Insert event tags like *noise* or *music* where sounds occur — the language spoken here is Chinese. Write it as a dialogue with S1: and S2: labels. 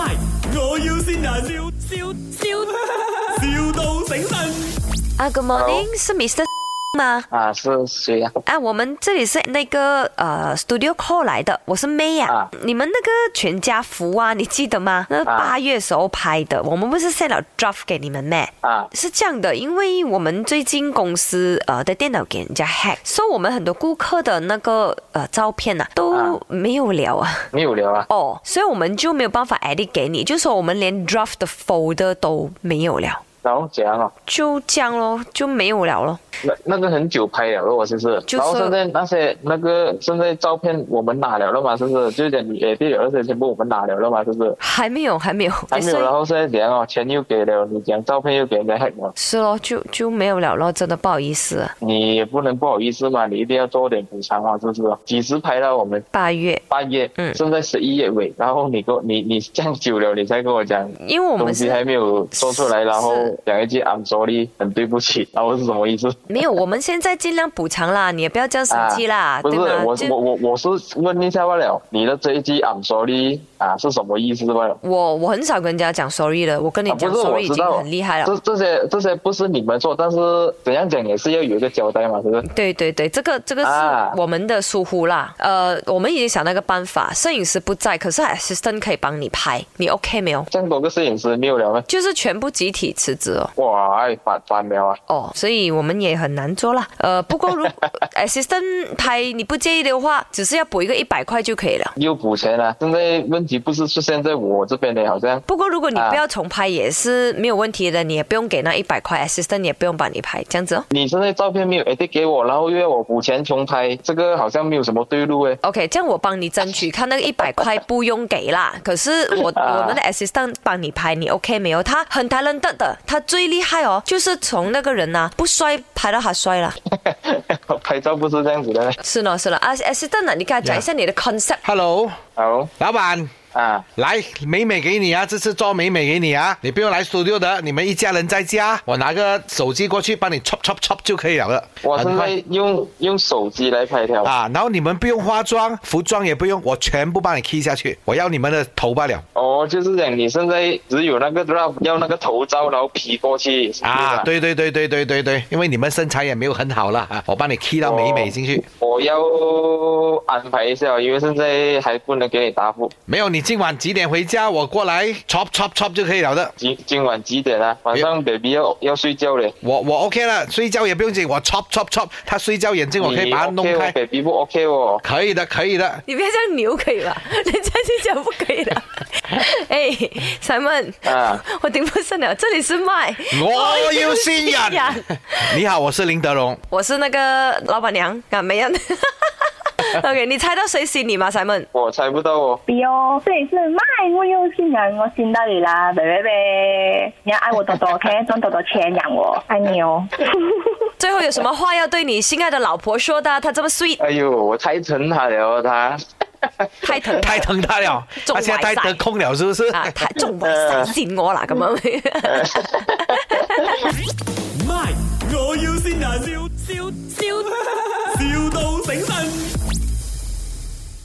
S1: 我要先人，笑笑笑，,笑到醒神。
S2: 啊，Good morning，是 Mr. *laughs* 吗？
S3: 啊，是谁呀、
S2: 啊，我们这里是那个呃 Studio Call 来的，我是 May 呀、
S3: 啊
S2: 你们那个全家福啊，你记得吗？那八月时候拍的，我们不是 send 了 draft 给你们咩？
S3: 啊？
S2: 是这样的，因为我们最近公司呃的电脑给人家 hack，所以我们很多顾客的那个呃照片呐、都
S3: 啊
S2: 没有了啊。
S3: 没有聊啊？
S2: 哦，所以我们就没有办法 edit 给你，就说我们连 draft 的 folder 都没有了，
S3: 然后怎样哦？
S2: 就这样咯，就没有了咯。
S3: 那那个很久拍了咯，是不是？
S2: 就是
S3: 然后现在那些那个现在照片我们拿了了嘛，是不是？就是讲你也对了，而且全部我们拿了了嘛，是不是？
S2: 还没有，还没有，
S3: 还没
S2: 所
S3: 有，
S2: 以
S3: 然后现在怎样哦？钱又给了，你讲照片又给人家 hack 啊了，
S2: 是咯，就就没有了咯，真的不好意思。
S3: 你也不能不好意思嘛，你一定要做点补偿啊，是不是？几时拍到我们？
S2: 八月，
S3: 八月，
S2: 嗯
S3: 现在十一月尾，然后你跟我你你这样久了，你才跟我讲，
S2: 因为我
S3: 东
S2: 们
S3: 西
S2: 是
S3: 还没有做出来，然后讲一句 I'm sorry，很对不起，然后是什么意思？
S2: 没有，我们现在尽量补偿啦，你也不要这样生气啦，
S3: 啊不
S2: 对
S3: 是
S2: 吗？
S3: 我我
S2: 就
S3: 我我是问一下罢了，你的这一句 I'm sorry 啊是什么意思罢了？
S2: 我我很少跟人家讲 sorry 了，我跟你
S3: 啊，不
S2: 讲
S3: 是我
S2: sorry 已
S3: 知
S2: 经
S3: 道，
S2: 很厉害
S3: 这
S2: 了。
S3: 这些这些不是你们做，但是怎样讲也是要有一个交代嘛，是不是？
S2: 对对对，这个这个
S3: 啊
S2: 是我们的疏忽啦。呃，我们已经想到一个办法，摄影师不在，可是 assistant 可以帮你拍，你 OK 没有？
S3: 这样多个摄影师没有了吗？
S2: 就是全部集体辞职哦。
S3: 哇，哎反反了啊！
S2: 哦，所以我们也很难做啦。呃，不
S3: *laughs*
S2: 过如 assistant 拍你不介意的话，只是要补一个一百块就可以了。
S3: 又补钱了，啊现在问题不是出现在我这边的，好像
S2: 不过如果你
S3: 啊
S2: 不要重拍也是没有问题的，你也不用给那一百块，assistant 也不用帮你拍，这样子哦。
S3: 你现在照片没有 edit 给我，然后又要我补钱重拍，这个好像没有什么对路哎。
S2: OK，这样我帮你争取，看那个一百块不用给啦。可是我、
S3: *laughs* 啊
S2: 我们的 assistant 帮你拍，你 OK 没有？他很 talented 的，他最厉害哦，就是从那个人呐、不帅拍到他帅了。
S3: *laughs* 拍照不是这样子的。
S2: 是呢是呢，啊 assistant 啊，你给他讲一下你的 concept。
S4: Hello，
S3: 好
S4: 老板，
S3: 啊，
S4: 来美美给你啊，这次做美美给你啊，你不用来 studio 的，你们一家人在家，我拿个手机过去帮你 chop chop chop 就可以了了，
S3: 我
S4: 很
S3: 现在
S4: 快
S3: 用用手机来拍条。
S4: 啊，然后你们不用化妆，服装也不用，我全部帮你 key 下去，我要你们的头发了
S3: 哦，就是讲你现在只有那个 rap 要那个头罩，然后皮过去。是不是
S4: 啊，。对对对对对对对，因为你们身材也没有很好了啊，我帮你 key 到美美进去，
S3: 我要安排一下，因为现在还不能给你答复。
S4: 没有你今晚几点回家，我过来 chop chop chop 就可以了的。
S3: 今今晚几点啊？晚上 baby 要要睡觉嘞。
S4: 我我 OK 了，睡觉也不用紧，我 chop chop chop，他睡觉眼睛我可以
S3: 你
S4: 把他弄
S3: OK 哦
S4: 开，
S3: ，baby 不 OK 哦。
S4: 可以的，可以的。
S2: 你不要这样牛可以吧？ *laughs* 人家就讲不可以
S4: *laughs*
S2: 的。哎、s i m o n
S3: 啊
S2: 我顶不顺了，这里是麦，
S4: *laughs* 我要新人。你好，我是林德荣。
S2: *laughs* 我是那个老板娘啊，没人。OK，你猜到谁洗你吗，Simon？
S3: 我猜不到哦。
S5: B 哦，这里是卖我有新人，我新到你啦，拜拜拜！你要爱我多多，OK，赚多多钱养我，爱你哦。
S2: 最后有什么话要对你心爱的老婆说的啊？她这么 sweet，
S3: 哎呦，我猜成他了，他。
S2: 太疼她
S4: 太
S2: 了
S4: 疼他了，
S2: 中
S4: 他
S2: 埋
S4: 现在太
S2: 晒
S4: 得空了，是不是？
S2: 啊，太仲埋晒線我
S4: *laughs*
S2: 啦咁樣。
S1: My，我要先人，笑